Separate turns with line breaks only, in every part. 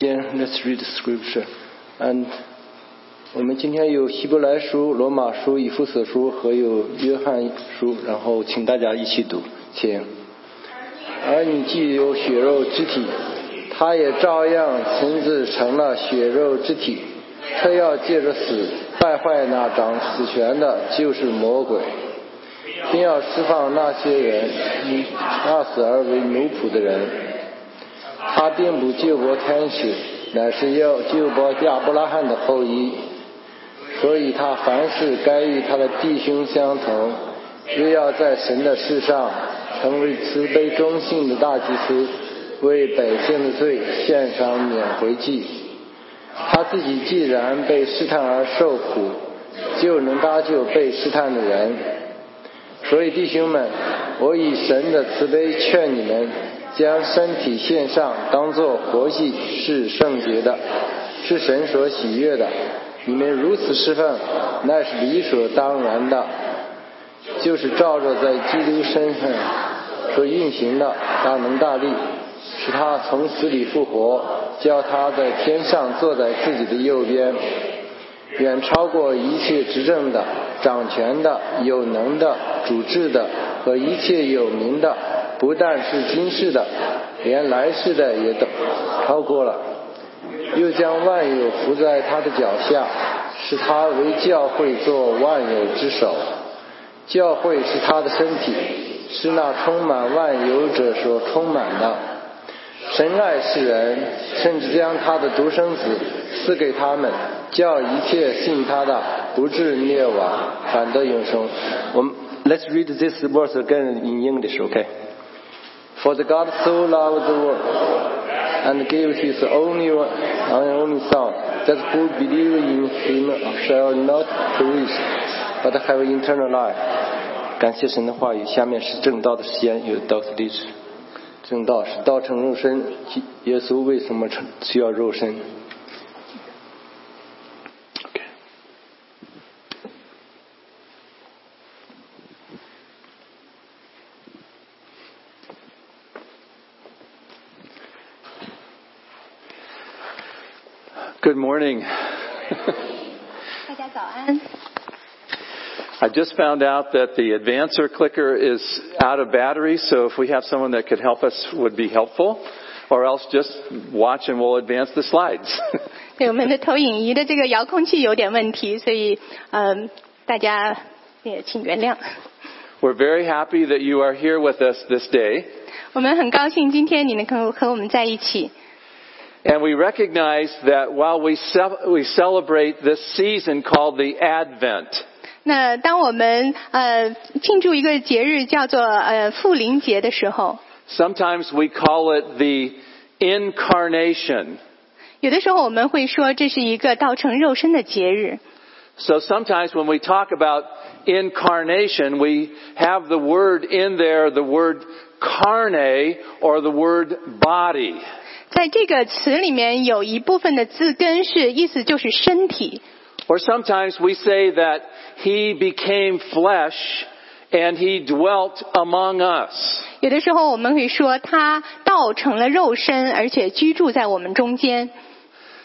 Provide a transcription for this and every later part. Yeah, let's read the scripture. And 我们今天有希伯来书、罗马书、以弗所书和有约翰书，然后请大家一起读，请。而你既有血肉之体，他也照样亲自成了血肉之体，特要借着死败坏那掌死权的，就是魔鬼，并要释放那些人，你那死而为奴仆的人。他并不救国天使，乃是要救国亚伯拉罕的后裔。所以他凡事该与他的弟兄相同，又要在神的事上成为慈悲忠信的大祭司，为百姓的罪献上免回祭。他自己既然被试探而受苦，就能搭救被试探的人。所以弟兄们，我以神的慈悲劝你们。将身体献上，当做活祭，是圣洁的，是神所喜悦的。你们如此侍奉，那是理所当然的，就是照着在基督身上所运行的大能大力，使他从死里复活，叫他在天上坐在自己的右边，远超过一切执政的、掌权的、有能的、主治的和一切有名的。不但是今世的，连来世的也都超过了，又将万有伏在他的脚下，使他为教会做万有之首。教会是他的身体，是那充满万有者所充满的。神爱世人，甚至将他的独生子赐给他们，叫一切信他的不至灭亡，反得永生。我们 Let's read this verse again in English, okay? For the God so loved the world and gave his only one, only Son, that who believe in him shall not perish, but have eternal life. 感谢神的话语，下面是正道的时间，有 Doctor l 正道是道成肉身，耶稣为什么成需要肉身？
Good morning.
大家早安。
I just found out that the advancer clicker is out of battery, so if we have someone that could help us would be helpful, or else just watch and we'll advance the slides.
对，我们的投影仪的这个遥控器有点问题，所以嗯、大家也请原谅。
We're very happy that you are here with us this day,
我们很高兴今天你能跟和我们在一起。
and we recognize that while we, ce- we celebrate this season called the Advent,
那当我们呃庆祝一个节日叫做呃复临节的时候，
sometimes we call it the Incarnation.
有的时候我们会说这是一个道成肉身的节日。
So sometimes when we talk about incarnation, we have the word in there, the word carne or the word body.
在这个词里面有一部分的字根是意思就是身体，
Or sometimes we say that he became flesh and he dwelt among us.
有的时候我们会说他道成了肉身，而且居住在我们中间。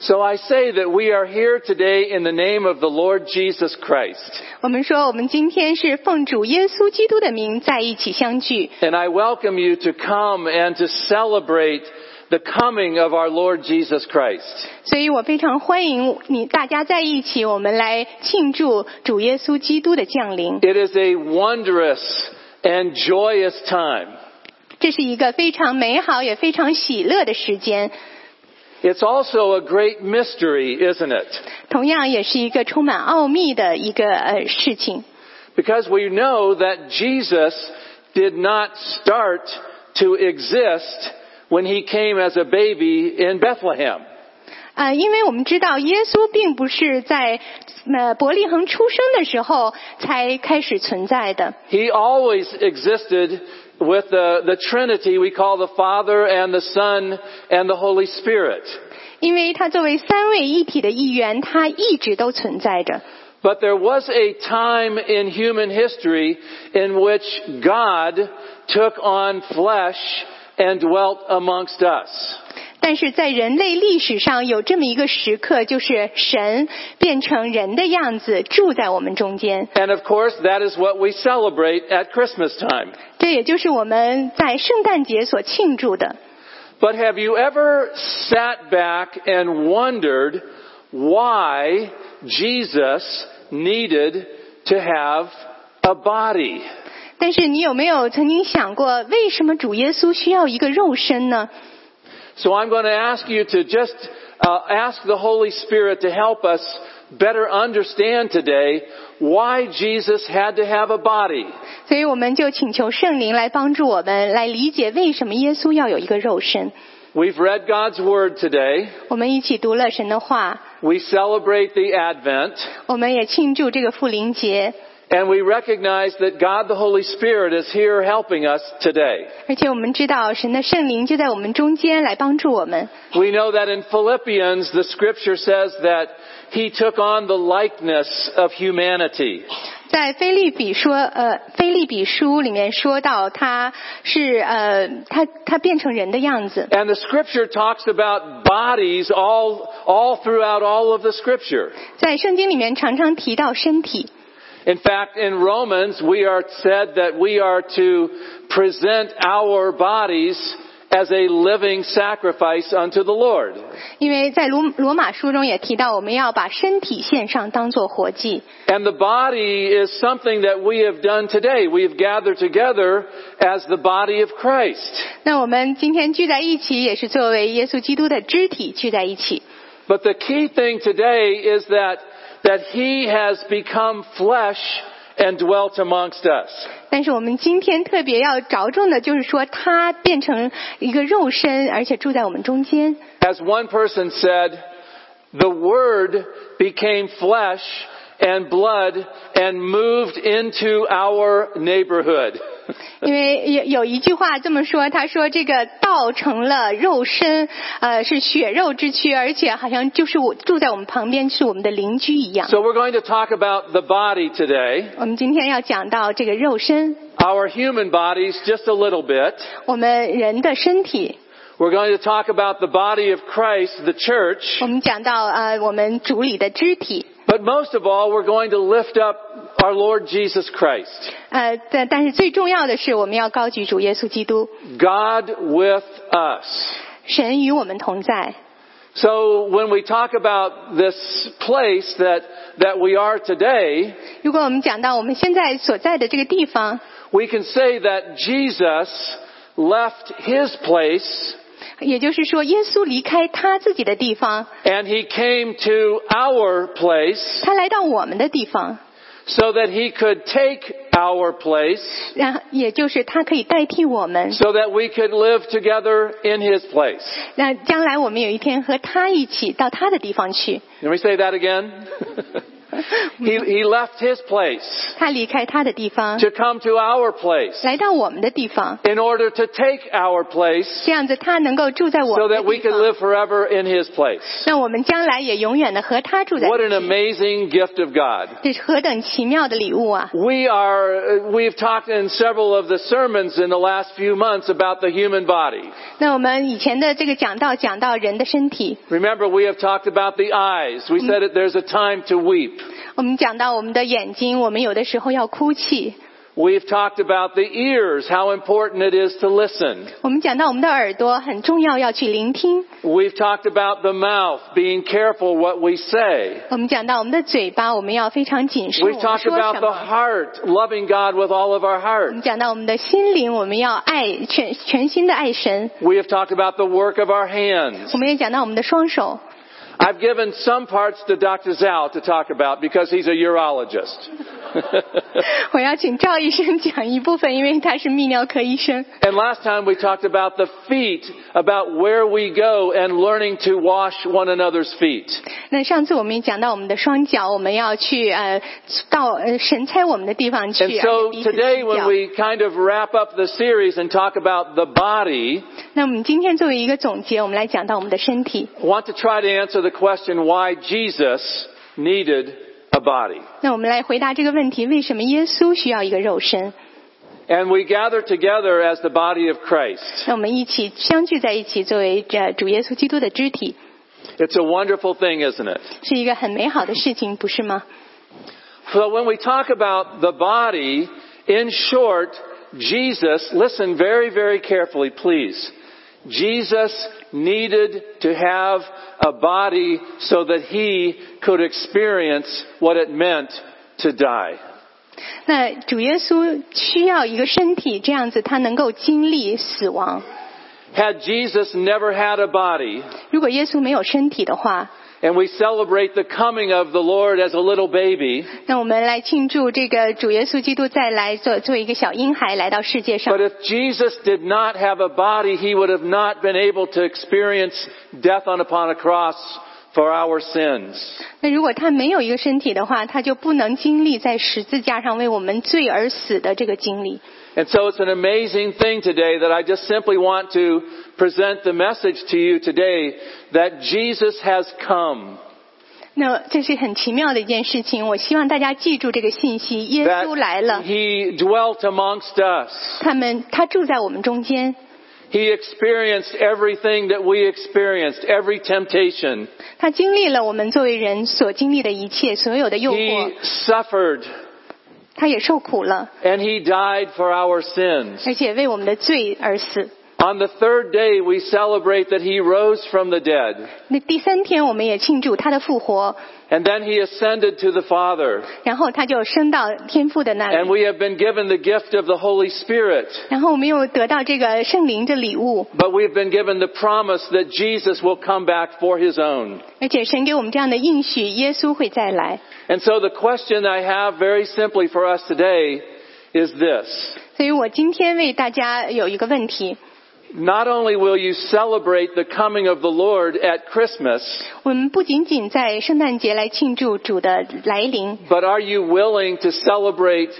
So I say that we are here today in the name of the Lord Jesus Christ.
我们说我们今天是奉主耶稣基督的名在一起相聚。
And I welcome you to come and to celebrate the coming of our Lord Jesus Christ.
所以我非常欢迎你大家在一起，我们来庆祝主耶稣基督的降临。
It is a wondrous and joyous time.
这是一个非常美好也非常喜乐的时间，
It's also a great mystery, isn't it?
同样也是一个充满奥秘的一个呃事情。
Because we know that Jesus did not start to exist when he came as a baby in Bethlehem.
呃，因为我们知道耶稣并不是在呃伯利恒出生的时候才开始存在的，
He always existed with the, the Trinity we call the Father and the Son and the Holy Spirit.
因为他作为三位一体的一员，他一直都存在着。
But there was a time in human history in which God took on flesh and dwelt amongst us.
但是在人类历史上有这么一个时刻，就是神变成人的样子住在我们中间。
And of course, that is what we celebrate at Christmas time.
这也就是我们在圣诞节所庆祝的。
But have you ever sat back and wondered why Jesus needed to have a body?
但是你有没有曾经想过，为什么主耶稣需要一个肉身呢？
So I'm going to ask you to just uh, ask the Holy Spirit to help us better understand today why Jesus had to have a body.
所以我们就请求圣灵来帮助我们来理解为什么耶稣要有一个肉身。
We've read God's Word today.
我们一起读了神的话，
We celebrate the Advent.
我们也庆祝这个复临节，
And we recognize that God the Holy Spirit is here helping us today.
而且我们知道神的圣灵就在我们中间来帮助我们。
We know that in Philippians, the scripture says that He took on the likeness of humanity.
在菲利比说，呃，菲利比书里面说到他是呃，他他变成人的样子。
And the scripture talks about bodies all, all throughout all of the scripture.
在圣经里面常常提到身体，
In fact, in Romans, we are said that we are to present our bodies as a living sacrifice unto the Lord.
因为在罗罗马书中也提到，我们要把身体献上，当做活祭。
And the body is something that we have done today. We have gathered together as the body of Christ.
那我们今天聚在一起，也是作为耶稣基督的肢体聚在一起。
But the key thing today is that, that He has become flesh and dwelt amongst us.
但是我们今天特别要着重的就是说，他变成一个肉身，而且住在我们中间。
As one person said, the Word became flesh and blood and moved into our neighborhood.
因为有有一句话这么说，他说这个道成了肉身，呃，是血肉之躯，而且好像就是我住在我们旁边，是我们的邻居一样。
So we're going to talk about the body today,
我们今天要讲到这个肉身，
our human bodies just a little bit.
我们人的身体，
We're going to talk about the body of Christ, the church,
我们讲到呃我们主里的肢体，
but most of all, we're going to lift up our Lord Jesus Christ,
呃，但但是最重要的是我们要高举主耶稣基督，
God with us.
神与我们同在。
So when we talk about this place that, that we are today,
如果我们讲到我们现在所在的这个地方，
we can say that Jesus left his place
也就是说，耶稣离开他自己的地方，
and he came to our place
他来到我们的地方，
so that he could take our place
然后也就是他可以代替我们。
so that we could live together in his place.
那将来我们有一天和他一起到他的地方去。
Let me say that again. he, he left his place
他离开他的地方，
to come to our place
来到我们的地方，
in order to take our place
这样子他能够住在我
so
们
that
的
we
地
could
方。
live forever in his place.
那我们将来也永远的和他住在
What an
一起。
amazing gift of God.
这是何等奇妙的礼物啊！
We are, we've talked in several of the sermons in the last few months about the human body.
那我们以前的这个讲到讲到人的身体，
Remember, we have talked about the eyes. We said that there's a time to weep.
我们讲到我们的眼睛，我们有的时候要哭泣；
We've talked about the ears, how important it is to listen.
我们讲到我们的耳朵很重要，要去聆听；
We've talked about the mouth, being careful what we say.
我们讲到我们的嘴巴，我们要非常谨慎，我
We've
们
talked
说
about
什
the
么。
heart, loving God with all of our
我
heart.
们讲到我们的心灵，我们要爱全全心的爱神。
We have talked about the work of our hands.
我们也讲到我们的双手，
I've given some parts to Dr. Zhao to talk about because he's a urologist.
我要请赵医生讲一部分，因为他是泌尿科医生。
And last time we talked about the feet, about where we go and learning to wash one another's feet.
那上次我们也讲到我们的双脚，我们要去呃到呃神差我们的地方去，
And
而且
so
彼此
today
洗
when
脚。
we kind of wrap up the series and talk about the body,
那我们今天作为一个总结，我们来讲到我们的身体。
I want to try to answer the question why Jesus needed a body.
那我们来回答这个问题：为什么耶稣需要一个肉身？
And we gather together as the body of Christ.
让我们一起相聚在一起，作为这主耶稣基督的肢体，
It's a wonderful thing, isn't it?
是一个很美好的事情，不是吗？
So when we talk about the body, in short, Jesus, listen very, very carefully, please. Jesus needed to have a body so that he could experience what it meant to die.
那主耶稣需要一个身体，这样子他能够经历死亡。
Had Jesus never had a body,
如果耶稣没有身体的话，
and we celebrate the coming of the Lord as a little baby,
那我们来庆祝这个主耶稣基督再来做做一个小婴孩来到世界上
But。if Jesus did not have a body, he would have not been able to experience death on upon a cross for our sins.
那如果他没有一个身体的话，他就不能经历在十字架上为我们罪而死的这个经历。
And so it's an amazing thing today that I just simply want to present the message to you today that Jesus has come.
那这是很奇妙的一件事情，我希望大家记住这个信息：耶稣来
That
了，
he dwelt amongst us.
他们他住在我们中间，
He experienced everything that we experienced, every temptation.
他经历了我们作为人所经历的一切，所有的诱
He
惑，
suffered
他也受苦了，
and he died for our sins.
而且为我们的罪而死。
On the third day, we celebrate that he rose from the dead,
那第三天，我们也庆祝他的复活，
and then he ascended to the Father,
然后他就升到天父的那
and
里，
we have been given the gift of the Holy Spirit.
然后我们又得到这个圣灵的礼物，
But we've been given the promise that Jesus will come back for his own.
而且神给我们这样的应许，耶稣会再来。
And so the question I have very simply for us today is this.
所以我今天为大家有一个问题：
Not only will you celebrate the coming of the Lord at Christmas,
我们不仅仅在圣诞节来庆祝主的来临，
but are you willing to celebrate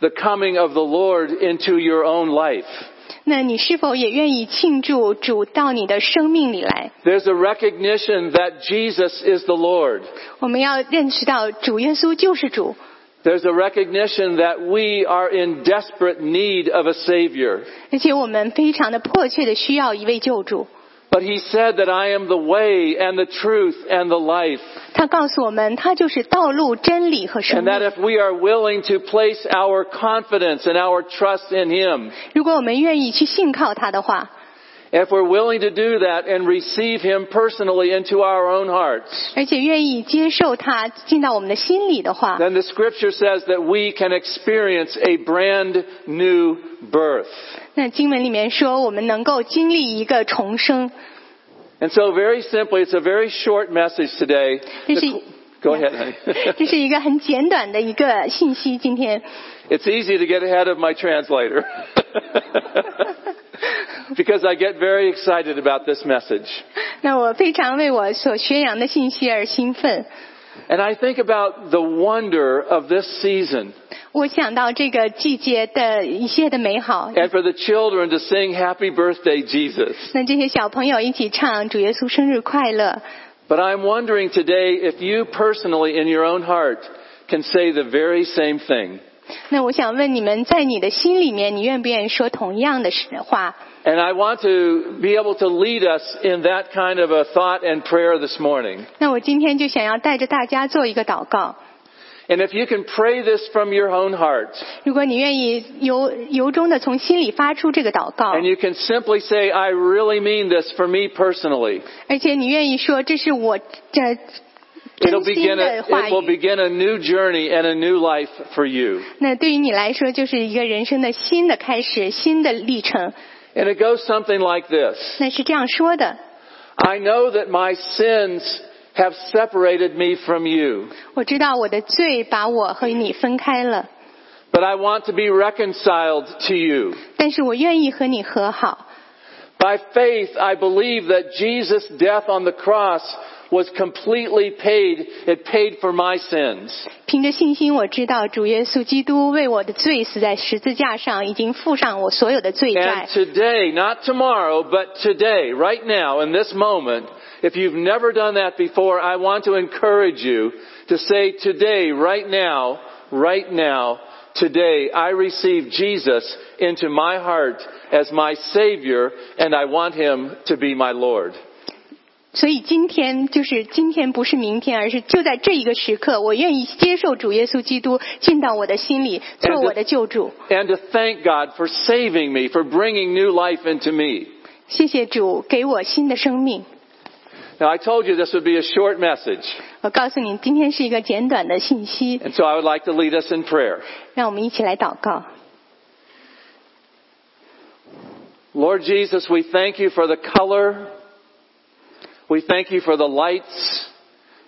the coming of the Lord into your own life?
那你是否也愿意庆祝主到你的生命里来？
There's a recognition that Jesus is the Lord.
我们要认识到主耶稣就是主，
There's a recognition that we are in desperate need of a Savior.
而且我们非常的迫切的需要一位救主。
But He said that I am the way and the truth and the life.
他告诉我们，他就是道路、真理和生
And that
命。
if we are willing to place our confidence and our trust in Him,
如果我们愿意去信靠他的话，
if we're willing to do that and receive Him personally into our own hearts,
而且愿意接受他进到我们的心里的话，
then the scripture says that we can experience a brand new birth.
那经文里面说，我们能够经历一个重生。
And so, very simply, it's a very short message today.
这是
The- Go ahead. honey.
这是一个很简短的一个信息。今天，
it's easy to get ahead of my translator because I get very excited about this message.
那我非常为我所宣扬的信息而兴奋。
And I think about the wonder of this season
我想到这个季节的一切的美好，
and for the children to sing Happy Birthday, Jesus.
那这些小朋友一起唱“主耶稣生日快乐
But I'm wondering today if you personally, in your own heart, can say the very same thing. ”。
那我想问你们，在你的心里面，你愿不愿意说同样的话？
And I want to be able to lead us in that kind of a thought and prayer this morning.
那我今天就想要带着大家做一个祷告。
And if you can pray this from your own heart,
如果你愿意由由衷的从心里发出这个祷告
and，you can simply say, I really mean this for me personally,
而且你愿意说这是我这
it'll
真心
begin a,
的话
it will
语，
begin a new journey and a new life for you.
那对于你来说就是一个人生的新的开始，新的历程。
And it goes something like this.
那是这样说的：
I know that my sins have separated me from you,
我知道我的罪把我和你分开了，
but I want to be reconciled to you.
但是我愿意和你和好。
By faith, I believe that Jesus' death on the cross was completely paid. It paid for my sins.
凭着信心，我知道主耶稣基督为我的罪死在十字架上，已经付上我所有的罪债
And。today, not tomorrow, but today, right now, in this moment, if you've never done that before, I want to encourage you to say today, right now, right now, Today I receive Jesus into my heart as my Savior and I want Him to be my Lord.
所以今天就是今天，不是明天，而是就在这一个时刻，我愿意接受主耶稣基督进到我的心里，
And
做
to-
我的救主。
And to thank God for saving me, for bringing new life into me.
谢谢主给我新的生命。
Now I told you this would be a short message,
我告诉你，今天是一个简短的信息，
and so I would like to lead us in prayer.
让我们一起来祷告。
Lord Jesus, we thank you for the color. We thank you for the lights.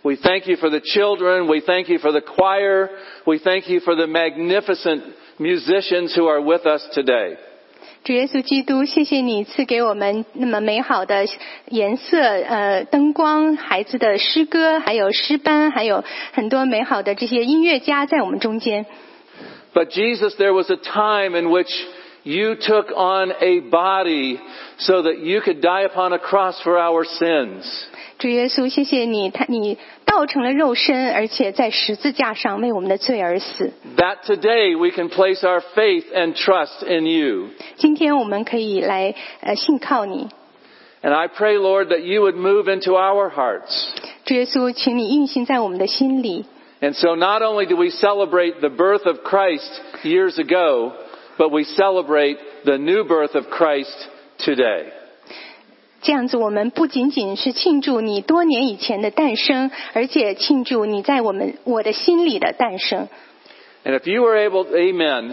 We thank you for the children. We thank you for the choir. We thank you for the magnificent musicians who are with us today.
主耶稣基督，谢谢你赐给我们那么美好的颜色、呃灯光、孩子的诗歌，还有诗班，还有很多美好的这些音乐家在我们中间。
But Jesus, there was a time in which you took on a body so that you could die upon a cross for our sins.
主耶稣，谢谢你，他你道成了肉身，而且在十字架上为我们的罪而死。
That today we can place our faith and trust in you.
今天我们可以来呃信靠你，
And I pray, Lord, that you would move into our hearts.
主耶稣，请你运行在我们的心里。
And so not only do we celebrate the birth of Christ years ago, but we celebrate the new birth of Christ today.
这样子，我们不仅仅是庆祝你多年以前的诞生，而且庆祝你在我们我的心里的诞生。
And if you were able, amen.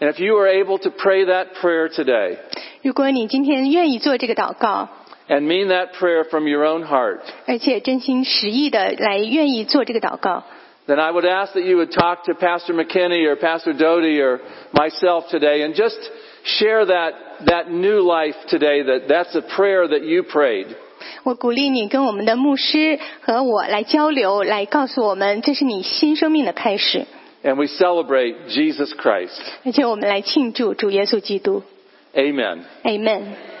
And if you were able to pray that prayer today
如果你今天愿意做这个祷告，
and mean that prayer from your own heart,
而且真心实意的来愿意做这个祷告，
then I would ask that you would talk to Pastor McKinney or Pastor Doty or myself today and just share that, that new life today that that's a prayer that you prayed.
我鼓励你跟我们的牧师和我来交流，来告诉我们这是你新生命的开始，
And we celebrate Jesus Christ.
而且我们来庆祝主耶稣基督。
Amen.
Amen。